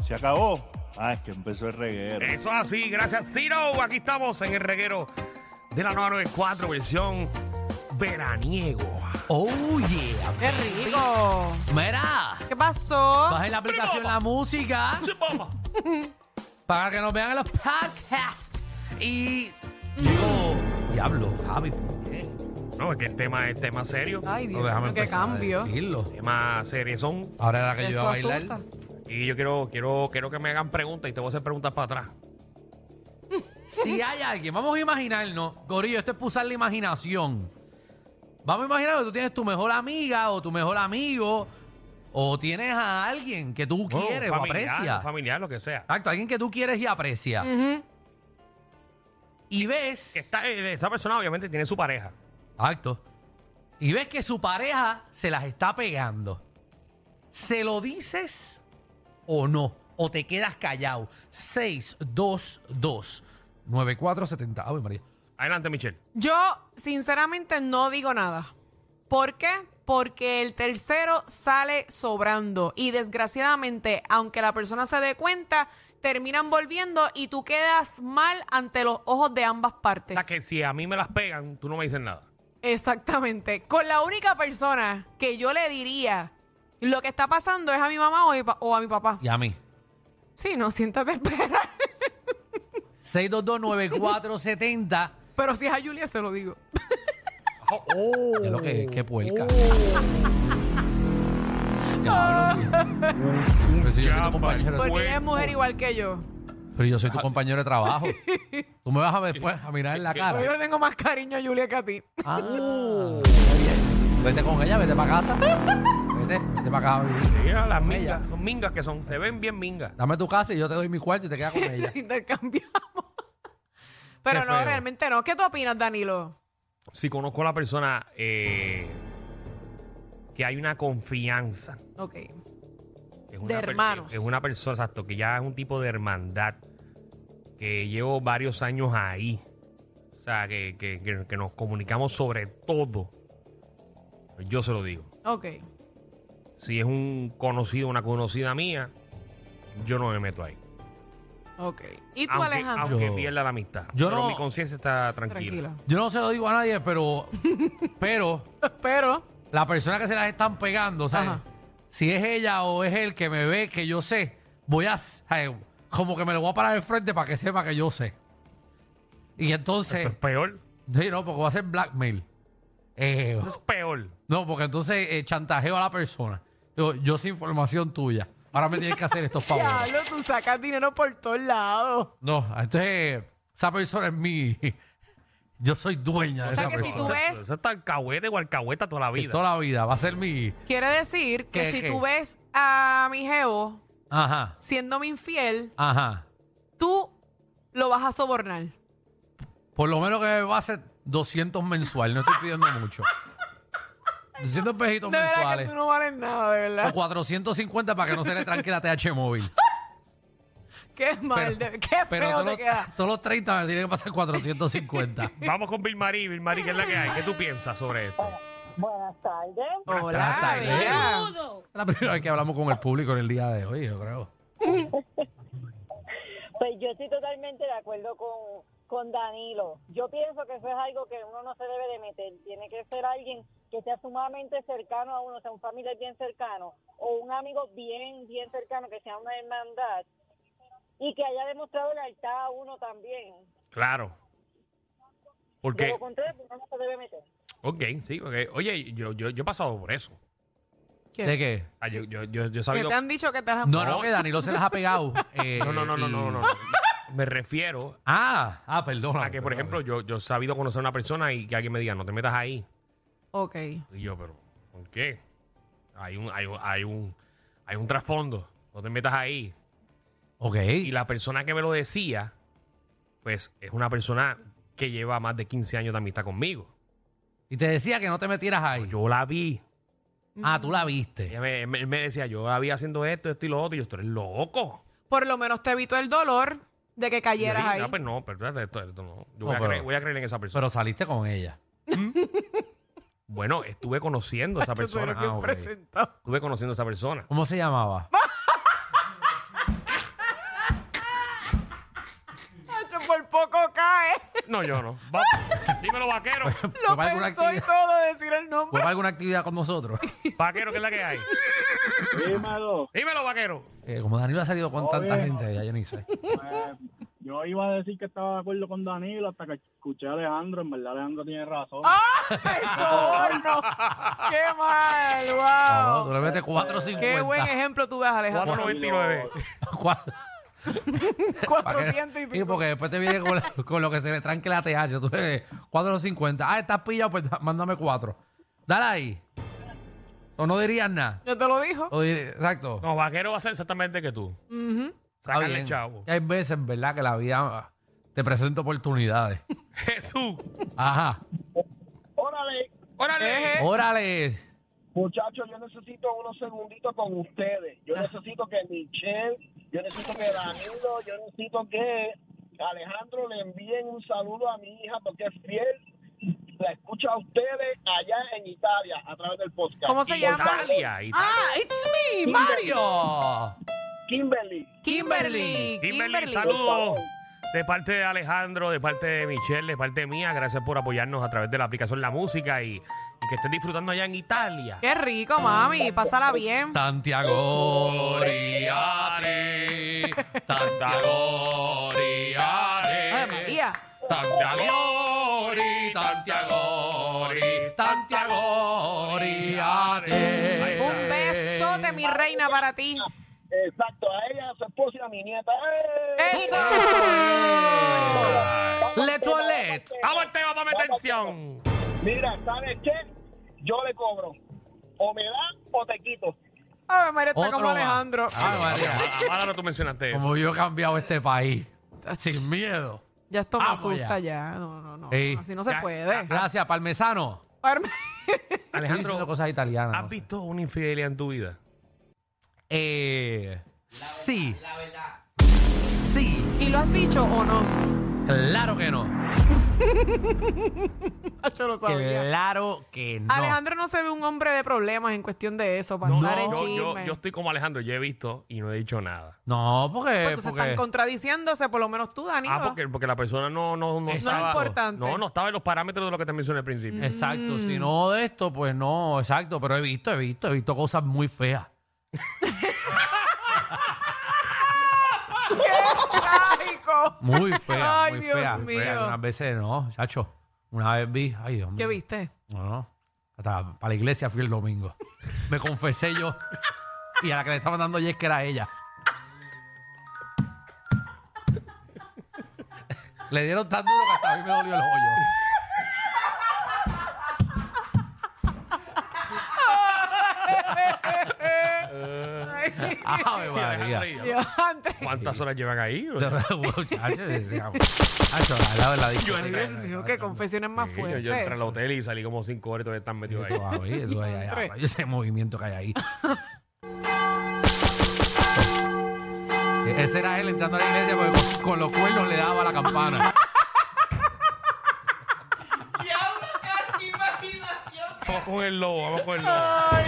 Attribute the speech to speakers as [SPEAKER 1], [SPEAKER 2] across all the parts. [SPEAKER 1] Se acabó. Ah, es que empezó el eh. reguero.
[SPEAKER 2] Eso es así, gracias Ciro. Aquí estamos en el reguero de la 994, versión veraniego.
[SPEAKER 3] Oh yeah.
[SPEAKER 4] ¡Qué rico!
[SPEAKER 3] Mira,
[SPEAKER 4] ¿Qué pasó?
[SPEAKER 3] bajen la aplicación La Música para que nos vean en los podcasts. Y
[SPEAKER 4] Mm.
[SPEAKER 3] yo, diablo, Javi,
[SPEAKER 2] No, es que el tema es tema serio.
[SPEAKER 4] Ay,
[SPEAKER 2] No,
[SPEAKER 4] Dios
[SPEAKER 2] déjame
[SPEAKER 4] mío, qué
[SPEAKER 2] empezar.
[SPEAKER 4] cambio.
[SPEAKER 3] decirlo.
[SPEAKER 2] Tema serio son.
[SPEAKER 3] Ahora era que yo
[SPEAKER 4] Esto
[SPEAKER 3] iba a bailar.
[SPEAKER 4] asusta.
[SPEAKER 2] Y yo quiero, quiero, quiero que me hagan preguntas y te voy a hacer preguntas para atrás.
[SPEAKER 3] Si hay alguien, vamos a imaginarnos, Gorillo, esto es usar la imaginación. Vamos a imaginar que tú tienes tu mejor amiga o tu mejor amigo o tienes a alguien que tú quieres
[SPEAKER 2] Oh,
[SPEAKER 3] o
[SPEAKER 2] familiar,
[SPEAKER 3] aprecias.
[SPEAKER 2] Familiar, lo que sea.
[SPEAKER 3] Exacto, alguien que tú quieres y aprecias. Y ves...
[SPEAKER 2] Que está- eh, esa persona obviamente tiene su pareja.
[SPEAKER 3] Exacto. Y ves que su pareja se las está pegando. ¿Se lo dices o no? ¿O te quedas callado? 622 9470. Ave María.
[SPEAKER 2] Adelante, Michelle.
[SPEAKER 4] Yo, sinceramente, no digo nada. ¿Por qué? Porque el tercero sale sobrando. Y desgraciadamente, aunque la persona se dé cuenta, terminan volviendo y tú quedas mal ante los ojos de ambas
[SPEAKER 2] O
[SPEAKER 4] partes.
[SPEAKER 2] sea, que si a mí me las pegan, tú no me dices nada.
[SPEAKER 4] Exactamente. Con la única persona que yo le diría lo que está pasando es a mi mamá o, mi pa- o a mi papá.
[SPEAKER 3] Y a mí.
[SPEAKER 4] Sí, no, siéntate a esperar.
[SPEAKER 3] 622 9470.
[SPEAKER 4] Pero si es a Julia, se lo digo.
[SPEAKER 3] Es lo que qué puerca. Diablo, sí. Pero si yo soy tu
[SPEAKER 2] Chapa,
[SPEAKER 3] compañero.
[SPEAKER 4] Porque ella es
[SPEAKER 2] Bueno.
[SPEAKER 4] mujer igual que yo.
[SPEAKER 3] Pero yo soy tu compañero de trabajo. Tú me vas a ver después a mirar en la cara.
[SPEAKER 4] Pero yo le tengo más cariño a Julia que a ti.
[SPEAKER 3] Ah, bien. Vete con ella, vete para casa. Vete, vete para acá. baby.
[SPEAKER 2] Sí, a las
[SPEAKER 3] Ella.
[SPEAKER 2] mingas. Son mingas que son. Se ven bien mingas.
[SPEAKER 3] Dame tu casa y yo te doy mi cuarto y te quedas con ella.
[SPEAKER 4] Intercambiamos. Pero
[SPEAKER 3] Qué
[SPEAKER 4] no,
[SPEAKER 3] feo.
[SPEAKER 4] realmente no. ¿Qué tú opinas, Danilo?
[SPEAKER 2] Si conozco a la persona, eh, que hay una confianza.
[SPEAKER 4] Ok.
[SPEAKER 2] Es
[SPEAKER 4] De
[SPEAKER 2] per-
[SPEAKER 4] hermanos.
[SPEAKER 2] Es una persona, exacto, que ya es un tipo de hermandad. Que llevo varios años ahí. O sea, que, que- que- que nos comunicamos sobre todo. pues Yo se lo digo.
[SPEAKER 4] Ok.
[SPEAKER 2] Si es un conocido, una conocida mía, yo no me meto ahí.
[SPEAKER 4] Ok. ¿Y tú,
[SPEAKER 2] aunque,
[SPEAKER 4] Alejandro?
[SPEAKER 2] aunque
[SPEAKER 3] Yo-
[SPEAKER 2] pierda la amistad.
[SPEAKER 3] yo
[SPEAKER 2] Pero
[SPEAKER 3] no-
[SPEAKER 2] mi conciencia está tranquila.
[SPEAKER 4] Tranquila.
[SPEAKER 3] Yo no se lo digo a nadie, pero. Pero.
[SPEAKER 4] Pero,
[SPEAKER 3] La persona que se las están pegando, ¿sabes?
[SPEAKER 4] Ajá.
[SPEAKER 3] Si es ella o es él que me ve, que yo sé, voy a. ¿sabes? Como que me lo voy a parar de frente para que sepa que yo sé. Y entonces.
[SPEAKER 2] Eso es peor.
[SPEAKER 3] Sí, no, porque va a ser blackmail. Eh,
[SPEAKER 2] Eso es peor.
[SPEAKER 3] No, porque entonces eh, chantajeo a la persona. Yo, yo sin información tuya. Ahora me tienes que hacer estos favores.
[SPEAKER 4] diablo, tú sacas dinero por todos lados.
[SPEAKER 3] No, entonces eh, esa persona es mi. Yo soy dueña de
[SPEAKER 4] sea
[SPEAKER 3] esa
[SPEAKER 4] que si
[SPEAKER 3] persona.
[SPEAKER 4] tú ves-
[SPEAKER 2] Eso está alcahuete o alcahueta toda la
[SPEAKER 3] Que
[SPEAKER 2] vida.
[SPEAKER 3] Toda la vida. Va a ser mi.
[SPEAKER 4] Quiere decir que
[SPEAKER 3] ¿Qué,
[SPEAKER 4] si
[SPEAKER 3] qué?
[SPEAKER 4] tú ves a mi geo
[SPEAKER 3] Ajá.
[SPEAKER 4] siéndome infiel,
[SPEAKER 3] Ajá.
[SPEAKER 4] tú lo vas a sobornar.
[SPEAKER 3] Por lo menos que me va a hacer 200 mensual. No estoy pidiendo mucho. 200
[SPEAKER 4] De
[SPEAKER 3] pesitos
[SPEAKER 4] verdad que
[SPEAKER 3] mensuales.
[SPEAKER 4] tú no vales nada, de
[SPEAKER 3] O
[SPEAKER 4] verdad.
[SPEAKER 3] 450 para que no se le tranque la TH móvil.
[SPEAKER 4] Qué mal, de- qué
[SPEAKER 3] Pero
[SPEAKER 4] feo
[SPEAKER 3] todos
[SPEAKER 4] te
[SPEAKER 3] los,
[SPEAKER 4] queda.
[SPEAKER 3] todos los 30 me tienen que pasar 450.
[SPEAKER 2] Vamos con Vilmarí. Vilmarí, ¿qué es la que hay? ¿Qué tú piensas sobre esto?
[SPEAKER 5] Buenas tardes.
[SPEAKER 3] Buenas
[SPEAKER 4] Hola,
[SPEAKER 3] tardes.
[SPEAKER 4] bella.
[SPEAKER 3] La primera vez que hablamos con el público en el día de hoy, yo creo.
[SPEAKER 5] Pues yo estoy totalmente de acuerdo con, con Danilo. Yo pienso que eso es algo que uno no se debe de meter. Tiene que ser alguien que sea sumamente cercano a uno, o sea, un familiar bien cercano o un amigo bien, bien cercano, que sea una hermandad y que haya demostrado lealtad a uno también.
[SPEAKER 2] Claro.
[SPEAKER 5] De
[SPEAKER 2] Porque,
[SPEAKER 5] lo contrario, uno no se debe meter.
[SPEAKER 2] ok, sí, ok. Oye, yo, yo, yo he pasado por eso.
[SPEAKER 4] ¿Qué?
[SPEAKER 3] ¿De qué?
[SPEAKER 2] Ah, yo, yo, yo, yo he
[SPEAKER 4] ¿Qué
[SPEAKER 2] sabido-
[SPEAKER 4] te han dicho que te han
[SPEAKER 3] No, no, que Danilo se las ha pegado. eh,
[SPEAKER 2] No, no, no, no,
[SPEAKER 3] y-
[SPEAKER 2] no, no, no. Me refiero
[SPEAKER 3] Ah, ah, perdona.
[SPEAKER 2] a que, por ejemplo, yo, yo he sabido conocer a una persona y que alguien me diga, no te metas ahí.
[SPEAKER 4] Ok.
[SPEAKER 2] Y yo, pero, ¿por qué? Hay un, hay un, hay un, hay un trasfondo. No te metas ahí.
[SPEAKER 3] Ok.
[SPEAKER 2] Y la persona que me lo decía, pues, es una persona que lleva más de 15 años de amistad conmigo.
[SPEAKER 3] Y te decía que no te metieras ahí.
[SPEAKER 2] Yo la vi.
[SPEAKER 3] Ah, tú la viste.
[SPEAKER 2] Ella me, me- me decía, yo la vi haciendo esto, esto y lo otro. Y yo, tú eres loco.
[SPEAKER 4] Por lo menos te evitó el dolor de que
[SPEAKER 2] Y yo
[SPEAKER 4] cayeras
[SPEAKER 2] dije,
[SPEAKER 4] ahí.
[SPEAKER 2] "No, pues no, pero espérate, esto, esto no. Yo voy,
[SPEAKER 3] No,
[SPEAKER 2] a
[SPEAKER 3] pero-
[SPEAKER 2] creer, voy a creer en esa persona.
[SPEAKER 3] Pero saliste con ella.
[SPEAKER 2] bueno, estuve conociendo a esa
[SPEAKER 4] Tú eres
[SPEAKER 2] persona.
[SPEAKER 4] bien
[SPEAKER 3] ah, ok.
[SPEAKER 4] presentado.
[SPEAKER 2] Estuve conociendo a esa persona.
[SPEAKER 3] ¿Cómo se llamaba?
[SPEAKER 2] No, yo no. Va- Dímelo, vaquero.
[SPEAKER 4] Lo
[SPEAKER 3] para alguna
[SPEAKER 4] pensó y
[SPEAKER 3] actividad.
[SPEAKER 4] todo decir el
[SPEAKER 3] ¿Fue
[SPEAKER 4] nombre.
[SPEAKER 3] para alguna actividad con nosotros?
[SPEAKER 2] Vaquero, ¿qué es la que hay?
[SPEAKER 6] Dímelo,
[SPEAKER 2] Dímelo, vaquero.
[SPEAKER 3] Eh, como Danilo ha salido con
[SPEAKER 6] Todo
[SPEAKER 3] tanta
[SPEAKER 6] bien.
[SPEAKER 3] gente, ya yo ni sé.
[SPEAKER 6] pues, yo iba a decir que estaba de acuerdo con Danilo hasta que escuché a Alejandro, en verdad Alejandro tiene razón.
[SPEAKER 4] Ah. ¡Ay, soborno! ¡Qué mal!
[SPEAKER 3] No, tú
[SPEAKER 4] ¡Wow!
[SPEAKER 3] le metes 4.50.
[SPEAKER 4] ¡Qué buen ejemplo tú das, Alejandro!
[SPEAKER 2] 499.
[SPEAKER 3] Cuatro-
[SPEAKER 4] 400 y
[SPEAKER 3] Sí,
[SPEAKER 4] pico.
[SPEAKER 3] porque después te viene con, la- con lo que se le tranque la TH. Tú le 4.50. Ah, estás pillado, pues da- mándame 4. Dale ahí. O no dirías nada.
[SPEAKER 4] Yo te lo dijo.
[SPEAKER 3] O dir- Exacto.
[SPEAKER 2] No, vaquero va a ser exactamente que tú.
[SPEAKER 4] Ujú.
[SPEAKER 3] Está
[SPEAKER 2] Sácale,
[SPEAKER 3] bien.
[SPEAKER 2] chavo.
[SPEAKER 3] Que Hay veces, ¿verdad? Que la vida te presenta oportunidades.
[SPEAKER 2] Jesús.
[SPEAKER 3] Ajá.
[SPEAKER 7] Órale,
[SPEAKER 2] Órale.
[SPEAKER 3] Oh,
[SPEAKER 4] Eje.
[SPEAKER 3] Órale.
[SPEAKER 7] muchachos, yo necesito unos segunditos con ustedes. Yo necesito que Michelle, yo necesito que Danilo, yo necesito que Alejandro le envíen un saludo a mi hija porque es fiel. La escucha a ustedes allá en Italia a través del podcast.
[SPEAKER 4] ¿Cómo se
[SPEAKER 7] Y por
[SPEAKER 4] llama?
[SPEAKER 7] favor,
[SPEAKER 2] Italia. Italia.
[SPEAKER 3] Ah, it's me, Mario.
[SPEAKER 7] Kimberly.
[SPEAKER 4] Kimberly.
[SPEAKER 2] Kimberly,
[SPEAKER 4] Kimberly.
[SPEAKER 2] saludos. De parte de Alejandro, de parte de Michelle, de parte mía, gracias por apoyarnos a través de la aplicación La Música y, y que estén disfrutando allá en Italia.
[SPEAKER 4] Qué rico, mami. Pásala bien.
[SPEAKER 3] Santiago Riari. Santiago Riari.
[SPEAKER 4] Ay, María.
[SPEAKER 3] Santiago Ri, Santiago Ri, Santiago Riari.
[SPEAKER 4] Un besote, mi reina, para ti.
[SPEAKER 7] Exacto, a ella, a su esposa y a mi nieta. ¡Eh!
[SPEAKER 4] ¡Eso!
[SPEAKER 3] Le toilette.
[SPEAKER 2] Vamos al tema, para atención.
[SPEAKER 7] Mira, ¿sabes qué? Yo le cobro. O me da o te quito.
[SPEAKER 4] A ver, María está
[SPEAKER 3] Otro
[SPEAKER 4] Ah, como
[SPEAKER 3] más. Ah,
[SPEAKER 4] Alejandro.
[SPEAKER 3] Ay, María.
[SPEAKER 2] Ahora Ah, tú mencionaste eso.
[SPEAKER 3] Como yo he cambiado este país. Sin miedo.
[SPEAKER 4] Ah, Ya esto me
[SPEAKER 3] Vamos
[SPEAKER 4] asusta
[SPEAKER 3] ya.
[SPEAKER 4] ya. No, no, no.
[SPEAKER 3] Sí.
[SPEAKER 4] Así no se
[SPEAKER 2] Ya,
[SPEAKER 4] puede.
[SPEAKER 3] Gracias, Parmesano.
[SPEAKER 4] Parme-
[SPEAKER 3] Estoy diciendo
[SPEAKER 2] Alejandro,
[SPEAKER 3] cosas italianas.
[SPEAKER 2] ¿has
[SPEAKER 3] no sé.
[SPEAKER 2] visto una infidelidad en tu vida?
[SPEAKER 3] Eh, sí. Sí.
[SPEAKER 4] ¿Y lo has dicho o no?
[SPEAKER 3] Claro que no.
[SPEAKER 4] Yo lo sabía.
[SPEAKER 3] Claro que no.
[SPEAKER 4] Alejandro no se ve un hombre de problemas en cuestión de eso, para andar en
[SPEAKER 2] yo, yo-
[SPEAKER 4] chisme. Pues
[SPEAKER 2] yo estoy como Alejandro, yo he visto y no he dicho nada.
[SPEAKER 3] No, porque.
[SPEAKER 4] Pues tú se
[SPEAKER 3] porque-
[SPEAKER 4] están contradiciéndose, por lo menos tú, Danilo.
[SPEAKER 2] Ah, porque, porque la persona no, no, no
[SPEAKER 3] es Mm.
[SPEAKER 2] estaba.
[SPEAKER 4] importante.
[SPEAKER 2] No, no estaba en los parámetros de lo que te mencioné al principio.
[SPEAKER 3] Exacto.
[SPEAKER 4] Mm.
[SPEAKER 3] Si no de esto, pues no, exacto. Pero he visto, he visto, he visto cosas muy feas.
[SPEAKER 4] ¡Qué trágico!
[SPEAKER 3] Muy feas.
[SPEAKER 4] Ay,
[SPEAKER 3] muy
[SPEAKER 4] Dios
[SPEAKER 3] feas, muy
[SPEAKER 4] mío.
[SPEAKER 3] feas. Unas veces no, chacho. Una vez vi. Ay, Dios mío.
[SPEAKER 4] ¿Qué viste?
[SPEAKER 3] No, no. Hasta para la iglesia fui el domingo. Me confesé yo. Y a la que le estaban dando yes que era ella. Le dieron tan duro que hasta a mí me dolió el hoyo. Ave
[SPEAKER 2] Y Alejandro
[SPEAKER 3] María.
[SPEAKER 2] y yo,
[SPEAKER 4] Dios, antes.
[SPEAKER 2] ¿Cuántas horas llevan ahí?
[SPEAKER 3] Muchacho, decíamos, "Chacho, al lado de la discoteca".
[SPEAKER 4] Dios mío, qué confesiones más
[SPEAKER 2] Sí, yo, yo entré al
[SPEAKER 4] fuertes.
[SPEAKER 2] hotel y salí como cinco horas y todavía están metidos ahí.
[SPEAKER 3] Todavía, todavía,
[SPEAKER 4] Diantre.
[SPEAKER 3] todavía, ese movimiento que hay ahí. Ese era él entrando a la iglesia porque con, con los cuernos le daba la campana.
[SPEAKER 2] Vamos con el lobo, vamos con el lobo.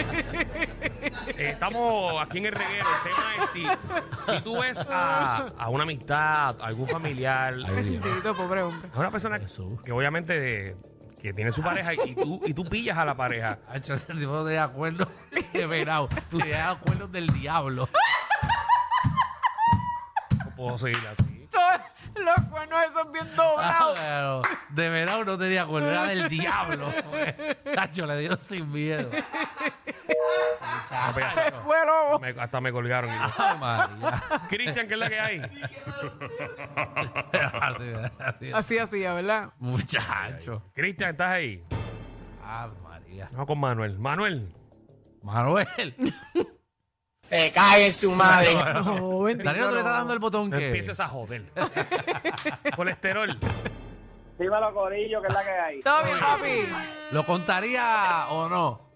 [SPEAKER 2] Eh, estamos aquí en el reguero. El tema es si, si tú ves a, a una amistad, a algún familiar,
[SPEAKER 4] Bendito, pobre hombre.
[SPEAKER 2] a una persona
[SPEAKER 3] Jesús.
[SPEAKER 2] que obviamente eh, que tiene su pareja y tú, y tú pillas a la pareja.
[SPEAKER 3] Hacho, ese tipo de acuerdos de verano. Tú de acuerdos del diablo.
[SPEAKER 2] No puedo seguir así.
[SPEAKER 4] Todos los cuernos esos bien doblados.
[SPEAKER 3] Ah, pero de verano no tenía acuerdo, era del diablo. Tacho, le dio sin miedo.
[SPEAKER 2] Me-
[SPEAKER 4] Se fue lobo.
[SPEAKER 2] pues, me- hasta me colgaron. y yo,
[SPEAKER 3] Ay, María.
[SPEAKER 2] Cristian, ¿qué es la que hay?
[SPEAKER 3] Así, así.
[SPEAKER 4] Así, así, ¿verdad?
[SPEAKER 3] Muchacho.
[SPEAKER 2] Cristian, ¿estás ahí?
[SPEAKER 3] Ah, María.
[SPEAKER 2] No, con Manuel. Manuel.
[SPEAKER 3] Manuel.
[SPEAKER 8] Se cae en su madre.
[SPEAKER 4] No, bendito.
[SPEAKER 3] Danilo, tú le
[SPEAKER 4] no.
[SPEAKER 3] estás dando el botón
[SPEAKER 2] No
[SPEAKER 3] que.
[SPEAKER 2] empieces a joder. Colesterol.
[SPEAKER 6] Dímelo, Corillo, que es la que hay.
[SPEAKER 4] Todo bien, papi.
[SPEAKER 3] ¿Lo contaría o no?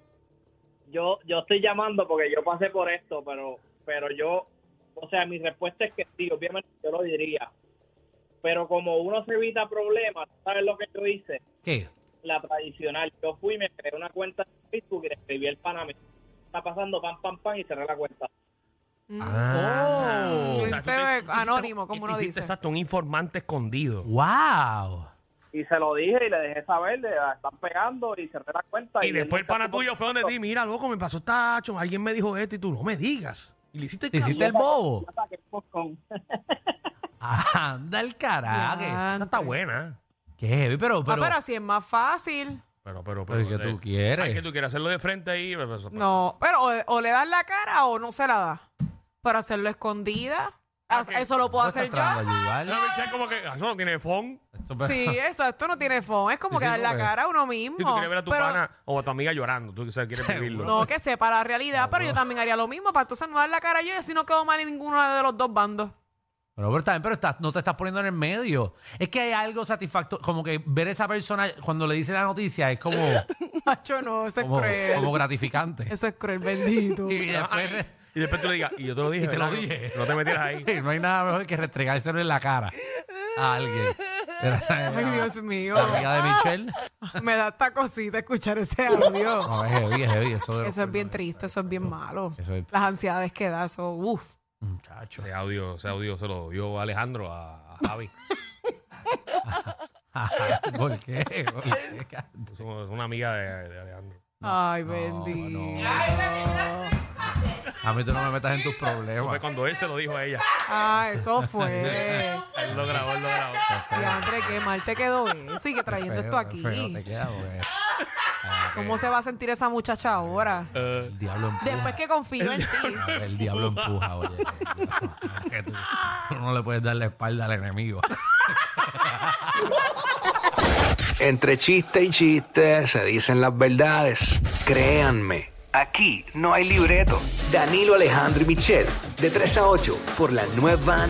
[SPEAKER 6] Yo, yo estoy llamando porque yo pasé por esto, pero, pero yo, o sea, mi respuesta es que sí, obviamente yo lo diría. Pero como uno se evita problemas, ¿sabes lo que yo hice?
[SPEAKER 3] ¿Qué?
[SPEAKER 6] La tradicional. Yo fui, me creé una cuenta de Facebook y le escribí el panamá. Está pasando pam, pam, pam y cerré la cuenta.
[SPEAKER 3] Ah.
[SPEAKER 2] O sea, tú te-
[SPEAKER 4] Este
[SPEAKER 2] Ah. tú hiciste-
[SPEAKER 4] anónimo, como uno
[SPEAKER 2] hiciste
[SPEAKER 4] dice.
[SPEAKER 2] Exacto, un informante escondido.
[SPEAKER 3] ¡Wow!
[SPEAKER 6] Y se lo dije y le dejé saber, le "Ah, están pegando y cerré la cuenta.
[SPEAKER 2] Y después el
[SPEAKER 6] él nunca
[SPEAKER 2] pana
[SPEAKER 6] supo-
[SPEAKER 2] tuyo fue donde ti, mira, loco, me pasó tacho, alguien me dijo esto y tú no me digas. Y le hiciste
[SPEAKER 3] ¿Te
[SPEAKER 2] caso.
[SPEAKER 3] hiciste el bobo?
[SPEAKER 6] Yo saqué el postcón.
[SPEAKER 3] Anda el caraje.
[SPEAKER 4] Ya.
[SPEAKER 2] Esa está buena.
[SPEAKER 3] Qué heavy, pero,
[SPEAKER 4] Ah,
[SPEAKER 3] pero,
[SPEAKER 4] pero así es más fácil.
[SPEAKER 2] Pero, pero,
[SPEAKER 3] Pero, ¿y qué tú quieres?
[SPEAKER 2] Ay, que tú quieres hacerlo de frente ahí. pero- pero-
[SPEAKER 4] No, pero o, o le das la cara o no se la da. Pero hacerlo escondida, haz-
[SPEAKER 2] Ok.
[SPEAKER 4] eso lo puedo
[SPEAKER 3] ¿cómo estás
[SPEAKER 4] hacer yo.
[SPEAKER 3] tratando de ayudar?
[SPEAKER 2] Esa bicha es como que, ah, eso no tiene phone.
[SPEAKER 3] Esto, pero-
[SPEAKER 4] Sí, exacto, no tiene fondo. Es
[SPEAKER 3] Sí,
[SPEAKER 4] como que
[SPEAKER 3] sí,
[SPEAKER 4] dar la
[SPEAKER 3] porque-
[SPEAKER 4] cara a uno
[SPEAKER 2] Si
[SPEAKER 4] mismo.
[SPEAKER 2] tú quieres ver a tu
[SPEAKER 4] Pero-
[SPEAKER 2] pana o a tu amiga llorando, tú o sea, quieres
[SPEAKER 3] Seguro.
[SPEAKER 2] vivirlo.
[SPEAKER 4] No, que sepa la realidad, pero yo también haría lo mismo. Para entonces no dar la cara yo y así no quedo mal en ninguno de los dos bandos.
[SPEAKER 3] Pero, pero también, pero estás- no te estás poniendo en el medio. Es que hay algo satisfactorio. Como que ver esa persona cuando le dice la noticia es como,
[SPEAKER 4] Macho, no, eso es
[SPEAKER 3] como,
[SPEAKER 4] cruel.
[SPEAKER 3] como gratificante.
[SPEAKER 4] Eso es cruel, bendito.
[SPEAKER 3] Y después
[SPEAKER 2] Y después tú le digas, y yo te lo dije.
[SPEAKER 3] Y te lo
[SPEAKER 2] ¿verdad?
[SPEAKER 3] dije.
[SPEAKER 2] No te metieras ahí.
[SPEAKER 3] no hay nada mejor que restregárselo en la cara a alguien. Pero,
[SPEAKER 4] Ay, Dios mío.
[SPEAKER 3] La amiga de Michelle.
[SPEAKER 4] Me da esta cosita escuchar ese audio.
[SPEAKER 3] No, es heavy, es heavy. Eso, de-
[SPEAKER 4] Eso es bien triste, eso es bien malo.
[SPEAKER 3] Eso es-
[SPEAKER 4] Las ansiedades que da, eso, uff.
[SPEAKER 3] Muchacho.
[SPEAKER 2] Ese audio, ese audio se lo dio Alejandro a, a Javi.
[SPEAKER 3] ¿Por qué? ¿Por qué?
[SPEAKER 2] Es una es una amiga de, de Alejandro.
[SPEAKER 4] Ay,
[SPEAKER 3] no,
[SPEAKER 4] bendito.
[SPEAKER 3] A mí tú no me metas en tus
[SPEAKER 2] Eso Fue
[SPEAKER 3] problemas.
[SPEAKER 2] cuando él se lo dijo a ella.
[SPEAKER 4] Ah, eso fue.
[SPEAKER 2] Él lo grabó, él lo grabó.
[SPEAKER 4] Y André, qué mal te quedó eso y que trayendo esto
[SPEAKER 3] Feo,
[SPEAKER 4] aquí.
[SPEAKER 3] feo te queda, porque- Ah, que
[SPEAKER 4] ¿Cómo se va a sentir esa muchacha ahora?
[SPEAKER 2] Eh,
[SPEAKER 3] El diablo empuja.
[SPEAKER 4] Después que confío en ti.
[SPEAKER 3] A ver, El diablo empuja, oye. Ah, Que tú, tú no le puedes dar la espalda al enemigo.
[SPEAKER 9] Entre chiste y chiste se dicen las verdades. Créanme, aquí no hay libreto. Danilo Alejandro y Michel, de 3 a 8, por la nueva